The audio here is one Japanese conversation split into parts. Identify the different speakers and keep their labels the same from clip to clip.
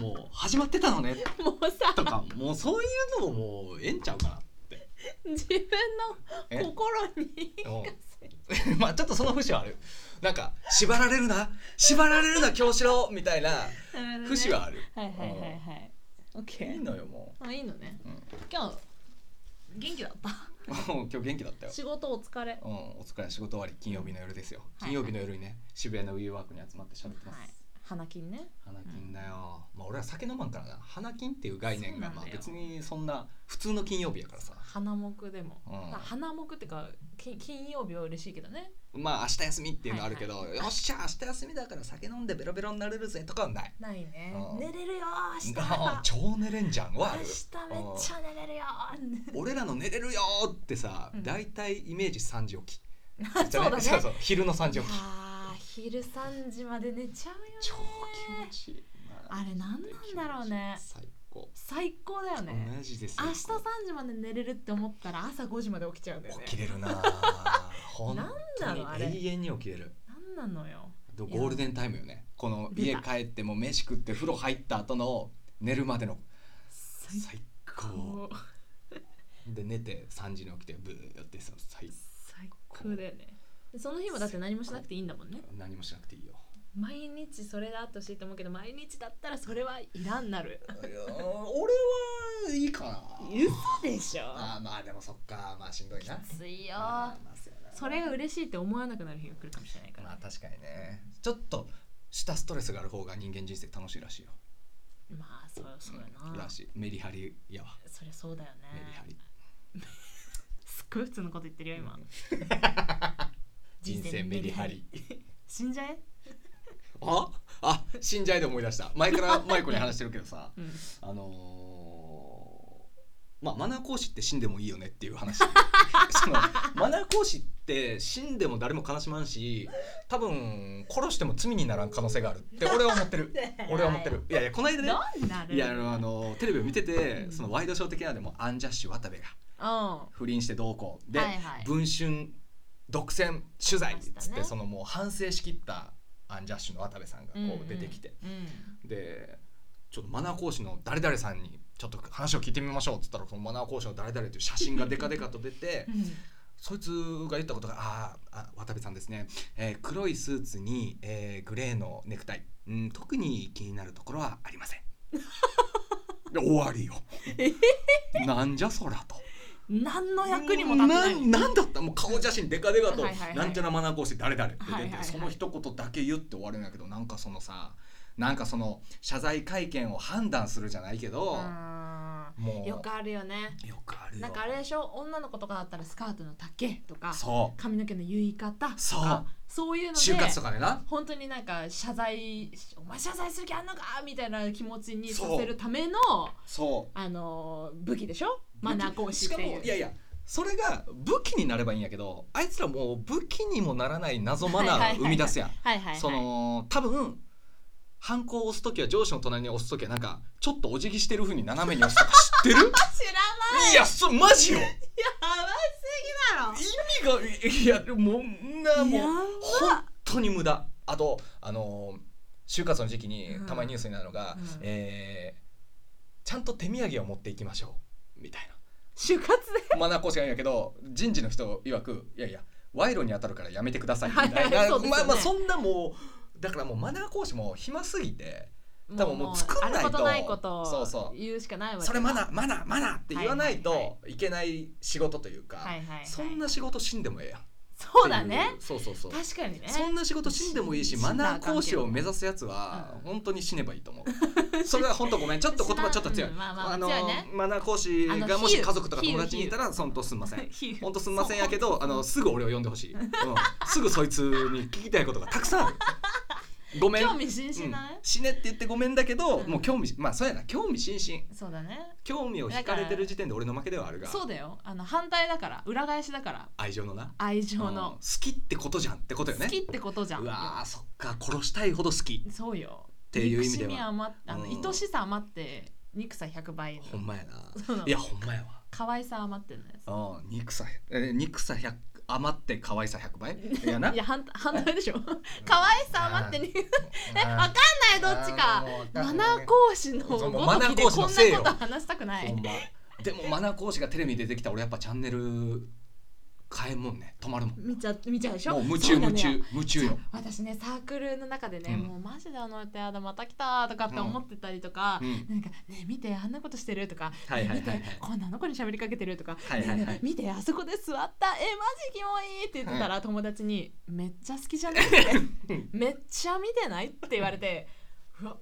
Speaker 1: もう始まってたのね
Speaker 2: もうさ
Speaker 1: とかもうそういうのももうええんちゃうかなって
Speaker 2: 自分の心に
Speaker 1: もうまあちょっとその節はあるなんか縛られるな縛られるな京志郎みたいな節はある
Speaker 2: はいはいはいはい
Speaker 1: いい
Speaker 2: OK
Speaker 1: のよも
Speaker 2: あいいのね
Speaker 1: う、うん
Speaker 2: 今日元気だった
Speaker 1: もう今日元気だったよ
Speaker 2: 仕事お疲れ
Speaker 1: うん、お疲れ仕事終わり金曜日の夜ですよ、
Speaker 2: はい
Speaker 1: 金曜日の夜にね渋谷のウィーワークに集まって喋ってます、
Speaker 2: はい花金ね
Speaker 1: 花金だよ、まあ俺は酒飲まんからな花金っていう概念が
Speaker 2: そう
Speaker 1: ま
Speaker 2: なん
Speaker 1: あ
Speaker 2: だよ
Speaker 1: 別にそんな普通の金曜日やからさ
Speaker 2: 花木でも、
Speaker 1: うん
Speaker 2: まあ花木ってかき金曜日は嬉しいけどね
Speaker 1: まあ明日休みっていうのはあるけど、
Speaker 2: はいはい
Speaker 1: よっしゃ明日休みだから酒飲んでベロベロになれるぜとかは ない
Speaker 2: ないね
Speaker 1: うん
Speaker 2: 寝れるよー明日
Speaker 1: あー超寝れんじゃん
Speaker 2: 明
Speaker 1: はあ
Speaker 2: 日
Speaker 1: る
Speaker 2: めっちゃ寝れるよー
Speaker 1: 俺らの寝れるよーってさ、
Speaker 2: うん
Speaker 1: 大体イメージ3時起き
Speaker 2: そうだね
Speaker 1: そうそう昼の3
Speaker 2: い
Speaker 1: 時
Speaker 2: や
Speaker 1: 起き
Speaker 2: ー昼3時まで寝ちゃうよね
Speaker 1: 超気持ちいい、ま
Speaker 2: あれ何なんだろうね
Speaker 1: 最高
Speaker 2: 最高だよね
Speaker 1: 同じですよ
Speaker 2: 明日3時まで寝れるって思ったら朝5時まで起きちゃうんだよね
Speaker 1: 起きれるな ぁ本当
Speaker 2: なん
Speaker 1: に
Speaker 2: なのあれ
Speaker 1: 永遠に起きれる
Speaker 2: なんなのよ
Speaker 1: あとゴールデンタイムよねこの
Speaker 2: 出
Speaker 1: 家
Speaker 2: た
Speaker 1: 帰っても飯食って風呂入った後の寝るまでの
Speaker 2: 最
Speaker 1: 最高
Speaker 2: 高
Speaker 1: で寝て3時に起きてブーってさ最
Speaker 2: 最高だよねでその日もだって何もしなくていいんだもんね
Speaker 1: 何もしなくていいよ
Speaker 2: 毎日それだってほしいと思うけど毎日だったらそれはいらんなる
Speaker 1: いやー俺はいいかな
Speaker 2: 嘘でしょ
Speaker 1: あーまあでもそっかまあしんどいな
Speaker 2: きついよ
Speaker 1: まあまあそうやな
Speaker 2: それが嬉しいって思わなくなる日が来るかもしれないから、
Speaker 1: まあ確かにねちょっとしたストレスがある方が人間人生楽しいらしいよ
Speaker 2: まあそうそうや
Speaker 1: うん
Speaker 2: な
Speaker 1: らしいメリハリやわ
Speaker 2: そりゃそうだよね
Speaker 1: メリハリ
Speaker 2: すっごい普通のこと言ってるよ今、
Speaker 1: うん人生メリハリ
Speaker 2: 死んじゃえ
Speaker 1: ああ死んじゃいで思い出した前からマイコに話してるけどさ
Speaker 2: うん
Speaker 1: あのーまあマナー講師って死んでもいいよねっていう 話そのマナー講師って死んでも誰も悲しまんし多分殺しても罪にならん可能性があるって俺は思って る俺は思ってるいやいやこの間ね
Speaker 2: どうなる
Speaker 1: いやあのあのテレビを見てて
Speaker 2: うん
Speaker 1: そのワイドショー的なのでもアンジャッシュ渡部が
Speaker 2: う
Speaker 1: 不倫してどうこうんで、
Speaker 2: はいはい、
Speaker 1: 文春独占取材っ
Speaker 2: しまし
Speaker 1: つったて
Speaker 2: ね
Speaker 1: そのもう反省しきったアンジャッシュの渡部さんが
Speaker 2: うん
Speaker 1: こう出てきて、
Speaker 2: うんうん
Speaker 1: でちょっとマナー講師の誰々さんにちょっと話を聞いてみましょうっつったらそのマナー講師の誰々という写真がデカデカと出てそいつが言ったことが「あーあ渡部さんですね、えー黒いスーツに、えーグレーのネクタイ、うん、特に気になるところはありません」で終わりよなんじゃそらと。
Speaker 2: うん何の役にも立たない
Speaker 1: んなんだったもう顔写真デカデカと、
Speaker 2: はいはいはい
Speaker 1: なんちゃらマナー講師誰々って出て、
Speaker 2: はいはいはい
Speaker 1: その一言だけ言って終わるんやけどなんかそのさなんかその謝罪会見を判断するじゃないけど、
Speaker 2: あ
Speaker 1: も
Speaker 2: ー
Speaker 1: う
Speaker 2: よくあるよね
Speaker 1: よくあるよ
Speaker 2: なんかあれでしょ女の子とかだったらスカートの丈とか
Speaker 1: そ
Speaker 2: 髪の毛の結い方とか
Speaker 1: そう
Speaker 2: そういう
Speaker 1: う
Speaker 2: の
Speaker 1: 就活と
Speaker 2: で
Speaker 1: かでな
Speaker 2: 本当になんか謝罪お前謝罪する気あんのかみたいな気持ちにさ
Speaker 1: そう
Speaker 2: せるための
Speaker 1: そう
Speaker 2: あのー武器でしょマナー講師って
Speaker 1: しか
Speaker 2: い
Speaker 1: も
Speaker 2: う
Speaker 1: いやいやそれが武器になればいいんやけどあいつらもう武器にもならない謎マナーを生み出すやん
Speaker 2: はいはい、はい、
Speaker 1: その多分犯行を押す時は上司の隣に押す時はなんかちょっとお辞儀してる風に斜めに押すとか知ってる
Speaker 2: 知らない
Speaker 1: いやそマジよ
Speaker 2: やばす
Speaker 1: 意味がいやもうんな
Speaker 2: ぎだろ
Speaker 1: もう
Speaker 2: やば
Speaker 1: 本当に無駄あとあの就活の時期に
Speaker 2: うん
Speaker 1: たまにニュースになるのが、
Speaker 2: うん
Speaker 1: えーちゃんと手土産を持っていきましょうみたい
Speaker 2: 就活で
Speaker 1: なマナー講師が言うんやけど人事の人曰くいやいや賄賂に当たるからやめてくださいみたいな、
Speaker 2: はいはいそうですよね
Speaker 1: まあまあそんなもうだからもうマナー講師も暇すぎて多分もう作んないと
Speaker 2: あることないことを
Speaker 1: そうそう
Speaker 2: 言うしかないわけだ
Speaker 1: それマナーマナーマナーって言わない
Speaker 2: はいはい
Speaker 1: といけない仕事というか、
Speaker 2: はいはいはい
Speaker 1: そんな仕事死んでもええやん
Speaker 2: そうだね
Speaker 1: っていうそうそうそう
Speaker 2: 確かにね
Speaker 1: そんな仕事死んでもいいしマナー講師を目指すやつは
Speaker 2: うん
Speaker 1: 本当に死ねばいいと思 うそれは本当ごめんちょっと言葉ちょっと強い
Speaker 2: うんまあまあ
Speaker 1: あの
Speaker 2: 強いね
Speaker 1: マナー講師
Speaker 2: あ
Speaker 1: が
Speaker 2: の
Speaker 1: も
Speaker 2: 比
Speaker 1: し
Speaker 2: 喩
Speaker 1: 家族とか友達にいた
Speaker 2: 比
Speaker 1: ら本当すんません
Speaker 2: ひ
Speaker 1: 本当すんませんやけどあのすぐ俺を呼んでほしい、うん、すぐそいつに聞きたいことがたくさん あるごめん
Speaker 2: 興味津々だ
Speaker 1: うん
Speaker 2: ね、
Speaker 1: 死ねって言ってごめんだけど、
Speaker 2: うん
Speaker 1: もう興味まあそうやな興味津々
Speaker 2: そうだね
Speaker 1: 興味を惹かれてる時点で俺の負けではあるが
Speaker 2: そうだよあの反対だから裏返しだから
Speaker 1: 愛情のな、
Speaker 2: 愛情
Speaker 1: うん好
Speaker 2: の
Speaker 1: きってことじゃんってことよね
Speaker 2: 好きってことじゃん
Speaker 1: うわーそっか殺したいほど好き
Speaker 2: そうよって
Speaker 1: いう意味では
Speaker 2: 余っあの
Speaker 1: うん
Speaker 2: 愛しさ余って憎さ100倍の
Speaker 1: ほんまやな
Speaker 2: そうなの
Speaker 1: いやほんまやわ
Speaker 2: 可愛さ余ってんのやつ
Speaker 1: うん、肉さ、えー、肉さ100余って可愛さ100倍いやな
Speaker 2: いや反反対でしょ可愛さ余ってね
Speaker 1: え
Speaker 2: わかんないどっちかマナー講師のご
Speaker 1: そう
Speaker 2: と
Speaker 1: もうマナ
Speaker 2: き
Speaker 1: ー
Speaker 2: で
Speaker 1: 講
Speaker 2: こ
Speaker 1: 師
Speaker 2: ん
Speaker 1: の
Speaker 2: な
Speaker 1: せいよ
Speaker 2: こと話したくない
Speaker 1: ほんまでもマナー講師がテレビに出てきたら俺やっぱチャンネル変えんもんね止まるもん
Speaker 2: 見ちゃ見ちゃうでしょ
Speaker 1: もう夢中
Speaker 2: そう
Speaker 1: 夢
Speaker 2: なのよ
Speaker 1: 中夢中よ
Speaker 2: 私ねサークルの中でね、
Speaker 1: うん
Speaker 2: もうマジであの手だまた来たとかって思ってたりとか
Speaker 1: う、ん
Speaker 2: なんかね見てあんなことしてるとか、
Speaker 1: はいはいはいはい
Speaker 2: ね見てこんなあの子に喋りかけてるとか、
Speaker 1: はいはいはい
Speaker 2: ねえねえ見てあそこで座ったえマジキモいって言ってたら、友達にめっちゃ好きじゃないっ
Speaker 1: う
Speaker 2: て
Speaker 1: ん
Speaker 2: めっちゃ見てないって言われてうわ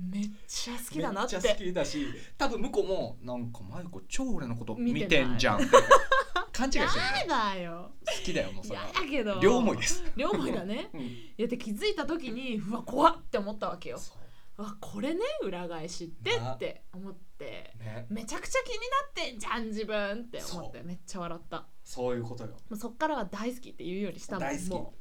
Speaker 2: めっちゃ好きだなっ
Speaker 1: めっちゃ好
Speaker 2: て
Speaker 1: きだし多分向こうもなんか舞子超俺のこと見
Speaker 2: 見
Speaker 1: て
Speaker 2: てない
Speaker 1: んじゃん勘違いしてる
Speaker 2: やだよ
Speaker 1: 好きだよもうそれ
Speaker 2: 嫌
Speaker 1: は
Speaker 2: だけど
Speaker 1: 両思いです
Speaker 2: 両思いだね
Speaker 1: うん
Speaker 2: いやって気づいた時にうわ怖っって思ったわけよ
Speaker 1: そう
Speaker 2: わこれね裏返しって
Speaker 1: な
Speaker 2: って思って
Speaker 1: うね
Speaker 2: めちゃくちゃ気になってんじゃん自分って思ってめっちゃ笑ったも
Speaker 1: そういうことよ
Speaker 2: うそっからは大好きって言うようにしたもん
Speaker 1: 大好き
Speaker 2: も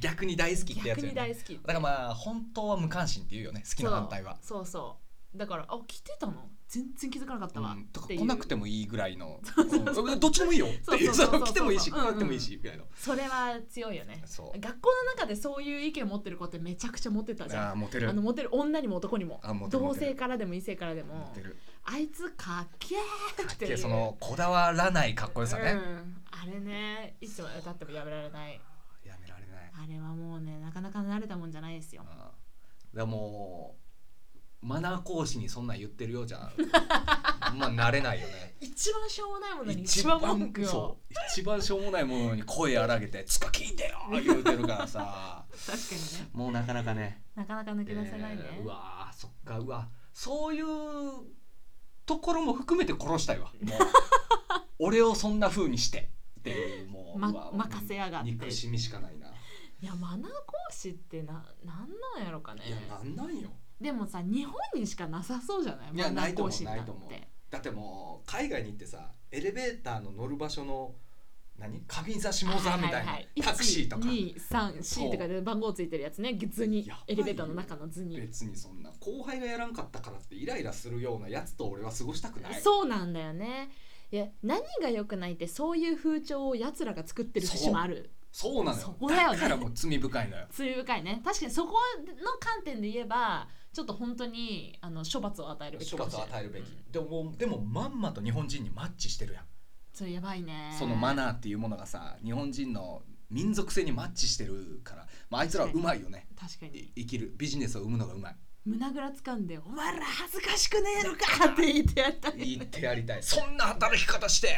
Speaker 1: 逆に大好
Speaker 2: う
Speaker 1: きってやつ
Speaker 2: 逆
Speaker 1: よね
Speaker 2: に大好き
Speaker 1: だからまあ本当は無関心っていうよね好きの反対は
Speaker 2: そうそうだからあ来てたの全然気づかなかったわ
Speaker 1: うんと
Speaker 2: っ
Speaker 1: か
Speaker 2: てい
Speaker 1: 来なく
Speaker 2: う
Speaker 1: てもいいぐらいの
Speaker 2: そうそうそう
Speaker 1: うんどっちでもいいよっていう
Speaker 2: そうそうそうそう
Speaker 1: その来てもいいし
Speaker 2: うんうん
Speaker 1: 来なくてもいいしぐらいの
Speaker 2: それは強いよね
Speaker 1: そう
Speaker 2: 学校の中でそういう意見持ってる子ってめちゃくちゃモテたじゃん
Speaker 1: あーモテる
Speaker 2: あのモテる女にも男にも
Speaker 1: あモテるモ
Speaker 2: 同
Speaker 1: テる
Speaker 2: 性からでも異性からでも
Speaker 1: モテる
Speaker 2: あいつかっけーってい
Speaker 1: で
Speaker 2: う
Speaker 1: そのこだわらないかっこよさね、
Speaker 2: うん、あれねいつまでたってもやめられない
Speaker 1: やめられない
Speaker 2: あれはもうねなかなか慣れたもんじゃないですよ
Speaker 1: うんだからもうマナー講師にそんなん言 ってるようじゃまあ慣れないよね
Speaker 2: 一番しょうもないものに一番文句
Speaker 1: そ
Speaker 2: を
Speaker 1: う一番しょうもないものに声荒げて「つか聞いてよ!」言うてるからさ
Speaker 2: 確かにね
Speaker 1: もうなかなかね
Speaker 2: なかなか抜け出せないね、
Speaker 1: えーうわーそっかうわそういうところも含めて殺したいわ もう俺をそんな風にしてっていうもう,、
Speaker 2: ま
Speaker 1: うわ
Speaker 2: 任せやがって
Speaker 1: 憎しみしかないな、
Speaker 2: いやマナー講師ってななんなんやろかね
Speaker 1: いやなんなんよ
Speaker 2: でもさ日本にしかなさそうじゃない
Speaker 1: いや
Speaker 2: マナ
Speaker 1: ない
Speaker 2: ー
Speaker 1: と思
Speaker 2: 講
Speaker 1: う
Speaker 2: 師なん
Speaker 1: ないと思う
Speaker 2: て
Speaker 1: だってもう海外に行ってさエレベーターの乗る場所の何上座下座みたいな、タクシーとかそう
Speaker 2: 234とかで番号ついてるやつね図に
Speaker 1: やばい
Speaker 2: エ
Speaker 1: よ
Speaker 2: レベーターの中の図に
Speaker 1: 別にそんな後輩がやらんかったからってイライラするようなやつと俺は過ごしたくない
Speaker 2: そうなんだよねいや何が良くないってそういう風潮を奴らが作ってる節もある
Speaker 1: そうなのよ
Speaker 2: そこだよね
Speaker 1: からもう罪深い のよ
Speaker 2: 罪深いね確かにそこの観点で言えばちょっと本当にあの処罰を与えるべき
Speaker 1: 処
Speaker 2: かもし
Speaker 1: 罰
Speaker 2: れ
Speaker 1: を
Speaker 2: ない
Speaker 1: 与えるべき、
Speaker 2: うん
Speaker 1: でもでもまんまと日本人にマッチしてるやん、
Speaker 2: それやばいね
Speaker 1: そのマナーっていうものがさ日本人の民族性にマッチしてるから、まあ、あいつらはうまいよね
Speaker 2: 確か
Speaker 1: い
Speaker 2: に
Speaker 1: 生きるビジネスを生むのがうまい
Speaker 2: 胸ぐら掴んで「お前ら恥ずかしくねえのか!」って言ってやったり
Speaker 1: 言ってやりたいそんな働き方して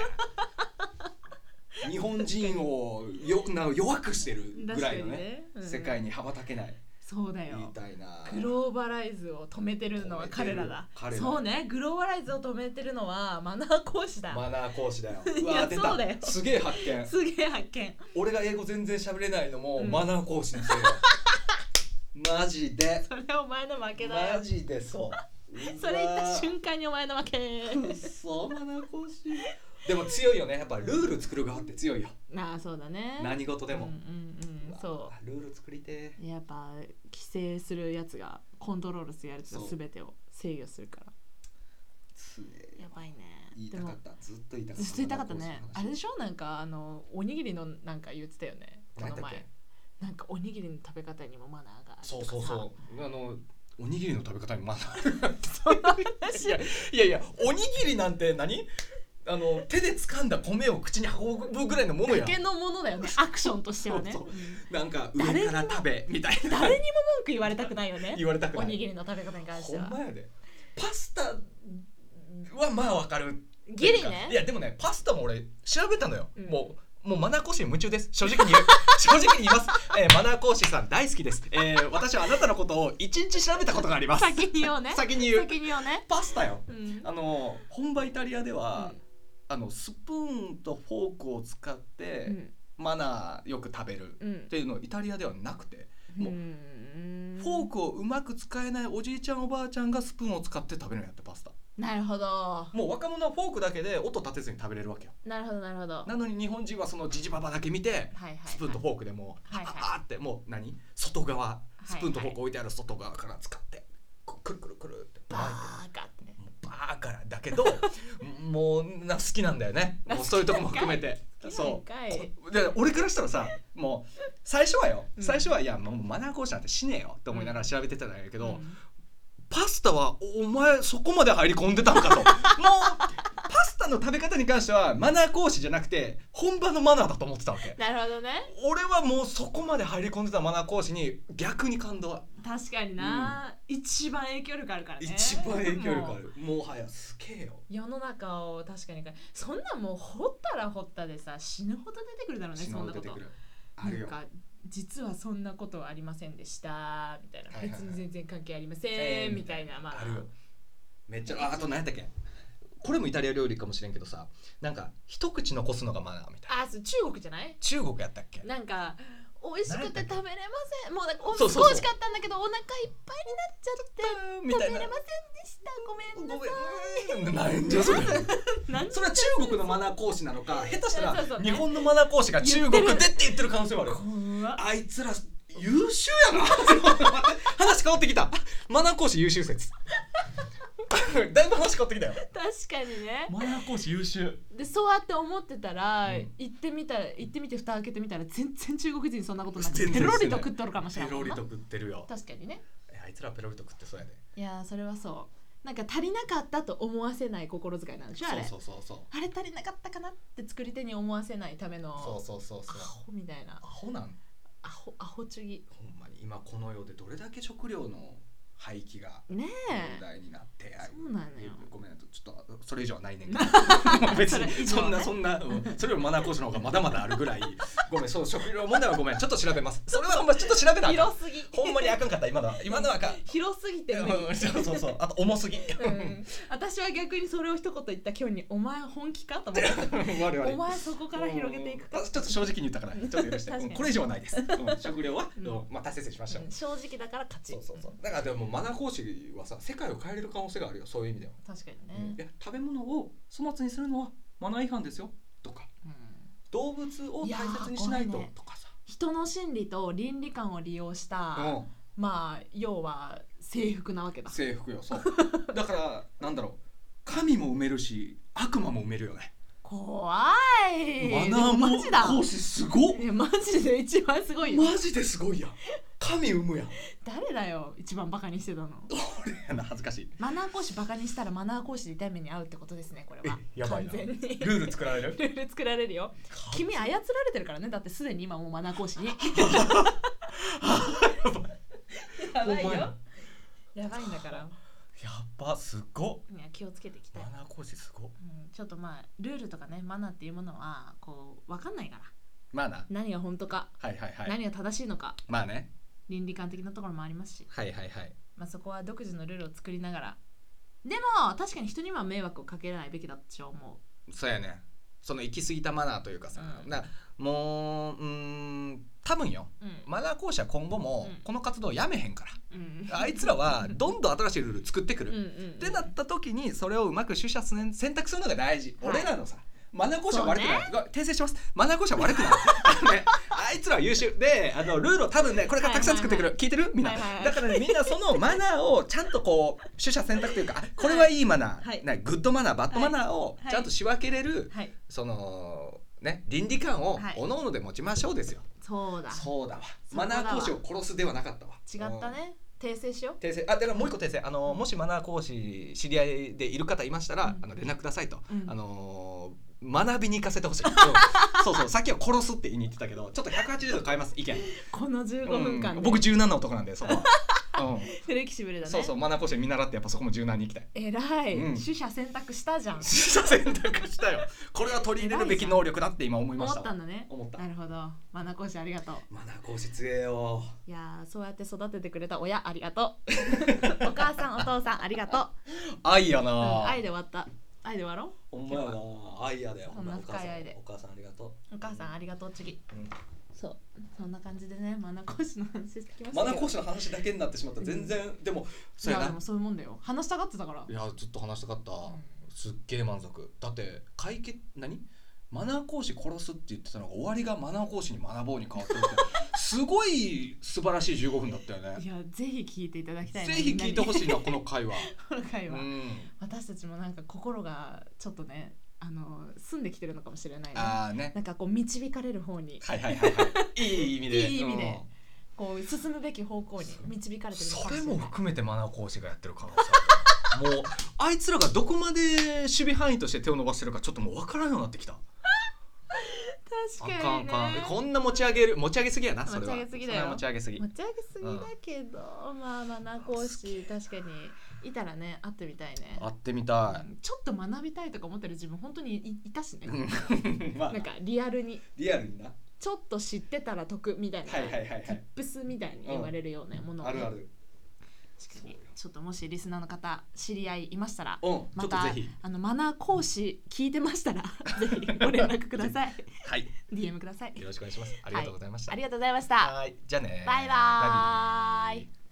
Speaker 1: 日本人をよな弱くしてるぐらいのね
Speaker 2: 確かにねうん
Speaker 1: 世界に羽ばたけない
Speaker 2: そうだ
Speaker 1: 言い
Speaker 2: よ
Speaker 1: たいな
Speaker 2: グローバライズを止めてるのは彼らだ
Speaker 1: 止めてる彼ら
Speaker 2: そうねグローバライズを止めてるのはマナー講師だ、
Speaker 1: マナー講師だよ
Speaker 2: いう
Speaker 1: わ
Speaker 2: や
Speaker 1: 出
Speaker 2: そうだよ
Speaker 1: たすげえ発見
Speaker 2: すげえ発見
Speaker 1: 俺が英語全然喋れないのも
Speaker 2: うん
Speaker 1: マナー講師のせいだ、マジで
Speaker 2: それお前の負けだ
Speaker 1: マ
Speaker 2: よ
Speaker 1: ジでそう
Speaker 2: それ言った
Speaker 1: 間
Speaker 2: 瞬間にお前の負け
Speaker 1: そうマナー講師でも強いよねやっぱルール作る側って強いよ
Speaker 2: なあそうだね
Speaker 1: 何事でも、
Speaker 2: うんうんうんそう
Speaker 1: わルール作りてえ
Speaker 2: うやっぱ規制するやつがコントロールするやつが
Speaker 1: そう
Speaker 2: 全てを制御するから
Speaker 1: つえ
Speaker 2: やばいね
Speaker 1: 言い
Speaker 2: で
Speaker 1: たか
Speaker 2: も
Speaker 1: ったずっと言いたかった
Speaker 2: ずっと言いたかったねあれで
Speaker 1: し
Speaker 2: しょなんかあのおにぎりのなんか言ってたよねこの
Speaker 1: だっけ
Speaker 2: 前なんかおにぎりの食べ方にもマナーがあると
Speaker 1: そ
Speaker 2: か
Speaker 1: う
Speaker 2: さ
Speaker 1: そうそうあのおにぎりの食べ方にマナー
Speaker 2: その話
Speaker 1: いやいやいやおにぎりなんて何あの手で掴んだ米を口に運ぶぐらいのものや
Speaker 2: だけのものだよねアクションとしてはね
Speaker 1: そうそう
Speaker 2: うん
Speaker 1: なんか上から食べみたいな
Speaker 2: 誰にも文句言われたくないよね
Speaker 1: 言われたく
Speaker 2: お
Speaker 1: ない
Speaker 2: にぎりの食べ方に関し
Speaker 1: ほ
Speaker 2: て
Speaker 1: ん
Speaker 2: は
Speaker 1: まやでパスタはまあわかる
Speaker 2: ギリ
Speaker 1: いや
Speaker 2: ね
Speaker 1: でもねパスタも俺調べたのよ、
Speaker 2: うん
Speaker 1: もうもうマナー講師に夢中です正直に 言う正直に言います、えーマナー講師さん大好きです、えー私はあなたのことを一日調べたことがあります
Speaker 2: 先に言おうね
Speaker 1: 先に言う
Speaker 2: 先に言おうね
Speaker 1: パスタよ
Speaker 2: うん
Speaker 1: あの本場イタリアでは、
Speaker 2: うん
Speaker 1: あのスプーンとフォークを使って、マナーよく食べる
Speaker 2: うんうん
Speaker 1: っていうのイタリアではなくて、もう
Speaker 2: うん
Speaker 1: フォークをうまく使えないおじいちゃんおばあちゃんがスプーンを使って食べるんやってパスタ
Speaker 2: なるほど
Speaker 1: もう若者はフォークだけで音立てずに食べれるわけよ
Speaker 2: なるほどなるほどはい
Speaker 1: なのに日本人はそのジジババだけ見て
Speaker 2: はいはい
Speaker 1: スプーンとフォークでもう、
Speaker 2: はいはい
Speaker 1: ああってもう何外側
Speaker 2: い
Speaker 1: スプーンとフォーク置いてある外側から使ってこうくるくるくるって
Speaker 2: バ
Speaker 1: バーンって
Speaker 2: ーガーってね
Speaker 1: もうバーからだけどもうな好きなんだよねもうそういうとこも含めて
Speaker 2: 好きないん
Speaker 1: そう
Speaker 2: かい
Speaker 1: こで俺からしたらさもう最初はよ
Speaker 2: うん
Speaker 1: 最初はいやもうマナー講師なんてしねえよって思いながら調べてたんだけど、
Speaker 2: うん
Speaker 1: パスタはお前そこまで入り込んでたんかと もうパスタの食べ方に関してはマナー講師じゃなくて本場のマナーだと思ってたわけ
Speaker 2: なるほどね
Speaker 1: 俺はもうそこまで入り込んでたマナー講師に逆に感動は
Speaker 2: 確かにな、一番影響力あるからね
Speaker 1: 一番影響力あ
Speaker 2: もう
Speaker 1: るもはやすげえよ
Speaker 2: 世の中を確かにそんなんもう掘ったら掘ったでさ死ぬほど出てくるだろうね
Speaker 1: 死ぬ
Speaker 2: そ
Speaker 1: ほ
Speaker 2: ん
Speaker 1: ど
Speaker 2: なこ
Speaker 1: 出て
Speaker 2: と
Speaker 1: くるあるよ
Speaker 2: なんか実はそんなことはありませんでしたみたいな、
Speaker 1: はいはいはい
Speaker 2: 別に全然関係ありません、
Speaker 1: えー
Speaker 2: みたいなまあ
Speaker 1: あるよめっちゃああと何やったっけこれもイタリア料理かもしれんけどさなんか一口残すのがマナーみたいな
Speaker 2: あそう中国じゃない
Speaker 1: 中国やったっけ
Speaker 2: なんか美味しくて食べれませんもうなんかお
Speaker 1: そう
Speaker 2: す
Speaker 1: そう
Speaker 2: ご
Speaker 1: そう
Speaker 2: い美味しかったんだけどお腹いっぱいになっちゃって
Speaker 1: みたい
Speaker 2: 食べ
Speaker 1: な
Speaker 2: れませんでしたごめん
Speaker 1: ごめんなんじゃそれ
Speaker 2: なん
Speaker 1: それは中国のマナー講師なのか下手した
Speaker 2: そうそう
Speaker 1: ら
Speaker 2: そう
Speaker 1: 日本のマナー講師が中国でって言ってる可能性もあるよ
Speaker 2: 怖っ
Speaker 1: あいつら優秀やな 話変わってきたマナー講師優秀説だいぶ話変わってきたよ
Speaker 2: 確かにね
Speaker 1: マナー講師優秀
Speaker 2: でそうやって思ってたら、
Speaker 1: うん
Speaker 2: 行ってみたら行ってみて蓋開けてみたら全然中国人そんなことなくて
Speaker 1: 全然
Speaker 2: ペロリ
Speaker 1: してな
Speaker 2: と
Speaker 1: い
Speaker 2: 食っとるかもし
Speaker 1: ペ
Speaker 2: れない
Speaker 1: ロリと食ってるよ
Speaker 2: 確かにね
Speaker 1: えあいつらペロリと食ってそうやで
Speaker 2: いやーそれはそうなんか足りなかったと思わせない心遣いなんでしょあれ
Speaker 1: そうそうそうそう
Speaker 2: あれ足りなかったかなって作り手に思わせないための
Speaker 1: そうそうそうそう
Speaker 2: アホみたいな
Speaker 1: アホなん
Speaker 2: アホアホ主義
Speaker 1: ほんまに今この世でどれだけ食料の廃棄が
Speaker 2: ね
Speaker 1: 問
Speaker 2: え
Speaker 1: 題になって、
Speaker 2: そうなのよ
Speaker 1: ごめんちょっとそれ以上はないねんけど 別
Speaker 2: それ以
Speaker 1: に
Speaker 2: 上
Speaker 1: そ
Speaker 2: は
Speaker 1: ん
Speaker 2: ね
Speaker 1: なそんな、うんそれよりマナー講師の方がまだまだあるぐらいごめんそう食料問題はごめんちょっと調べ ますそれはほんまちょっと調べなあかん
Speaker 2: 広すぎ
Speaker 1: ほんまにあかんかった今のは今のはあかん
Speaker 2: 広すぎて無理
Speaker 1: うんそうそうそうあと重すぎ、
Speaker 2: うん、私は逆にそれを一言言った今日に「お前本気か?」と思って
Speaker 1: 我々
Speaker 2: お前そこから広げていくか
Speaker 1: うんちょっと正直に言ったからちょっと許して
Speaker 2: 確かに
Speaker 1: うんこれ以上はないです、うん食料は、
Speaker 2: うん
Speaker 1: うんまあ達成しました、
Speaker 2: うん正直だから勝ち
Speaker 1: そうそうそうだからでもマナー講師はさ世界を変えれる可能性があるよそういう意味では、
Speaker 2: 確かにね、
Speaker 1: いや食べ物を粗末にするのはマナー違反ですよとか
Speaker 2: うん
Speaker 1: 動物を大切にしないと
Speaker 2: いやー怖いね
Speaker 1: とかさ、
Speaker 2: 人の心理と倫理観を利用した、
Speaker 1: う
Speaker 2: まあ要は制服なわけだ
Speaker 1: ん、制服よそう だからなんだろう神も埋めるし悪魔も埋めるよね、
Speaker 2: 怖い
Speaker 1: マナーも
Speaker 2: マジだ
Speaker 1: 講師すごっ
Speaker 2: いやマジで一番すごいよ、
Speaker 1: マジですごいやん神生むやん
Speaker 2: 誰だよ一番バカにしてたの
Speaker 1: 俺やな恥ずかしい
Speaker 2: マナー講師バカにしたらマナー講師で痛い目に遭うってことですねこれは
Speaker 1: えやばいな
Speaker 2: 完全に
Speaker 1: ルール作られる
Speaker 2: ルール作られるよ君操られてるからねだってすでに今もうマナー講師 にやば いよ
Speaker 1: お前
Speaker 2: やばいんだから
Speaker 1: やっぱすごっ
Speaker 2: いや気をつけていきたい
Speaker 1: マ、ナー講師すごっ
Speaker 2: うん、ちょっとまあルールとかねマナーっていうものはこう分かんないから
Speaker 1: マナー
Speaker 2: 何が本当か、
Speaker 1: はいはいはい
Speaker 2: 何が正しいのか
Speaker 1: まあね
Speaker 2: 倫理観的なところもありますし、
Speaker 1: はいはいはい
Speaker 2: まあ、そこは独自のルールを作りながらでも確かに人には迷惑をかけないべきだと思
Speaker 1: そうやねその行き過ぎたマナーというかさ、
Speaker 2: うん
Speaker 1: なもううーん多分よ
Speaker 2: う、うん
Speaker 1: マナー講師は今後も
Speaker 2: うん
Speaker 1: この活動をやめへんから、
Speaker 2: うん、
Speaker 1: あいつら はどんどん新しいルール作ってく
Speaker 2: う
Speaker 1: る、
Speaker 2: んう
Speaker 1: っ
Speaker 2: んうん、
Speaker 1: てなった時にそれをうまく取捨選選択するのが大事、
Speaker 2: はい
Speaker 1: 俺らのさマナー講師は悪くない、
Speaker 2: そ
Speaker 1: が訂正しますマナー講師は 悪くないあのねあいつらは優秀であのルールを多分ねこれからたくさん作ってくる、聞いてるみんな、
Speaker 2: はいはいはい
Speaker 1: だからねみんなそのマナーをちゃんとこう取捨選択というかあこれはいいマナー、
Speaker 2: はい
Speaker 1: なグッドマナーバッドマナーを
Speaker 2: はい
Speaker 1: ちゃんと仕分けれる、
Speaker 2: はい
Speaker 1: そのね倫理観を
Speaker 2: はい
Speaker 1: 各々で持ちましょうですよ、
Speaker 2: そうだ
Speaker 1: そうだわ
Speaker 2: そうだ
Speaker 1: マ
Speaker 2: わ
Speaker 1: ナー講師を殺すではなかったわ
Speaker 2: 違ったね訂正しよう
Speaker 1: 訂正あだからもう一個訂正あのもしマナー講師知り合いでいる方いましたら、
Speaker 2: うん
Speaker 1: あの連絡くださいと、
Speaker 2: うん
Speaker 1: あの学びに行かせてほし い、うんそうそうさっきは殺すって言いに行ってたけどちょっと180度変えます意見、
Speaker 2: この15分間で、
Speaker 1: うん僕柔軟な男なんでそこは、うん
Speaker 2: フレキシブルだね
Speaker 1: そうそうマナー講師見習ってやっぱそこも柔軟に行きたい
Speaker 2: えらい、
Speaker 1: うん
Speaker 2: 取捨選択したじゃん
Speaker 1: 選択したよこれは取り入れるべき能力だって今思いま
Speaker 2: 思
Speaker 1: した
Speaker 2: ったんだね
Speaker 1: 思った
Speaker 2: なるほどマナー講師ありがとう
Speaker 1: マナー講師強えよ
Speaker 2: いやーそうやって育ててくれた親ありがとう お母さんお父さんありがと
Speaker 1: 愛やな、
Speaker 2: う、うん愛で終わった愛で終わろ
Speaker 1: ほんまやな愛やだよ
Speaker 2: そんな
Speaker 1: ほんまお母さ
Speaker 2: 深い愛で
Speaker 1: お母さんありがと
Speaker 2: うお母さんありがとう次
Speaker 1: う、うん
Speaker 2: そうそんな感じでねマナー講師の話してきましたけど
Speaker 1: マナー講師の話だけになってしまった全然、でも
Speaker 2: いやでもそういうもんだよ話したがってたから
Speaker 1: いやずっと話したかった、
Speaker 2: ん
Speaker 1: すっげえ満足だって解決何マナー講師殺すって言ってたのが終わりがマナー講師に学ぼうに変わってるって すごい素晴らしい15分だったよ
Speaker 2: い
Speaker 1: ね
Speaker 2: やぜひ聞いていただきたい
Speaker 1: ぜひ聞いてほ
Speaker 2: い
Speaker 1: しいなこの会話
Speaker 2: この回
Speaker 1: う
Speaker 2: は、
Speaker 1: ん
Speaker 2: 私たちもなんか心がちょっとねあの住んできてるのかもしれないな
Speaker 1: ああね
Speaker 2: なんかこう導かれる方に
Speaker 1: はいはいはい はいいい意味で
Speaker 2: いい意味で
Speaker 1: うん
Speaker 2: こう進むべき方向に導かれてるのか
Speaker 1: そ
Speaker 2: もし
Speaker 1: れ
Speaker 2: れない
Speaker 1: も含めてマナー講師がやってる可能性あるもうあいつらがどこまで守備範囲として手を伸ばしてるかちょっともう分からんようになってきたあ
Speaker 2: 確かに、ね、
Speaker 1: かんあかんこんな持ち上げる持ち上げすぎやなそれは
Speaker 2: 持ち上げすぎだよ
Speaker 1: それは持ち上げすぎ
Speaker 2: 持ち上げすぎだけど、まあまあ名講師確かにいたらね会ってみたいね
Speaker 1: 会ってみた
Speaker 2: うんちょっと学びたいとか思ってる自分本当にいいたしね
Speaker 1: い、うんまあ
Speaker 2: なんかリアルに
Speaker 1: リアルになは
Speaker 2: ちょっと知ってたら得みたいな、
Speaker 1: いはいはいはい
Speaker 2: ブスみたいに言われるようなものを
Speaker 1: あ
Speaker 2: ね、
Speaker 1: るある
Speaker 2: 確かにちょっともしリスナーの方知り合いいましたら
Speaker 1: うんちょ
Speaker 2: ま
Speaker 1: っと
Speaker 2: た
Speaker 1: ぜひ
Speaker 2: あのマナー講師聞いてました らぜひご連絡ください
Speaker 1: はい
Speaker 2: DM ください
Speaker 1: よろしくお願いしますありがとうございました
Speaker 2: ありがとうございました
Speaker 1: はいじゃあね
Speaker 2: バイバーイ
Speaker 1: イ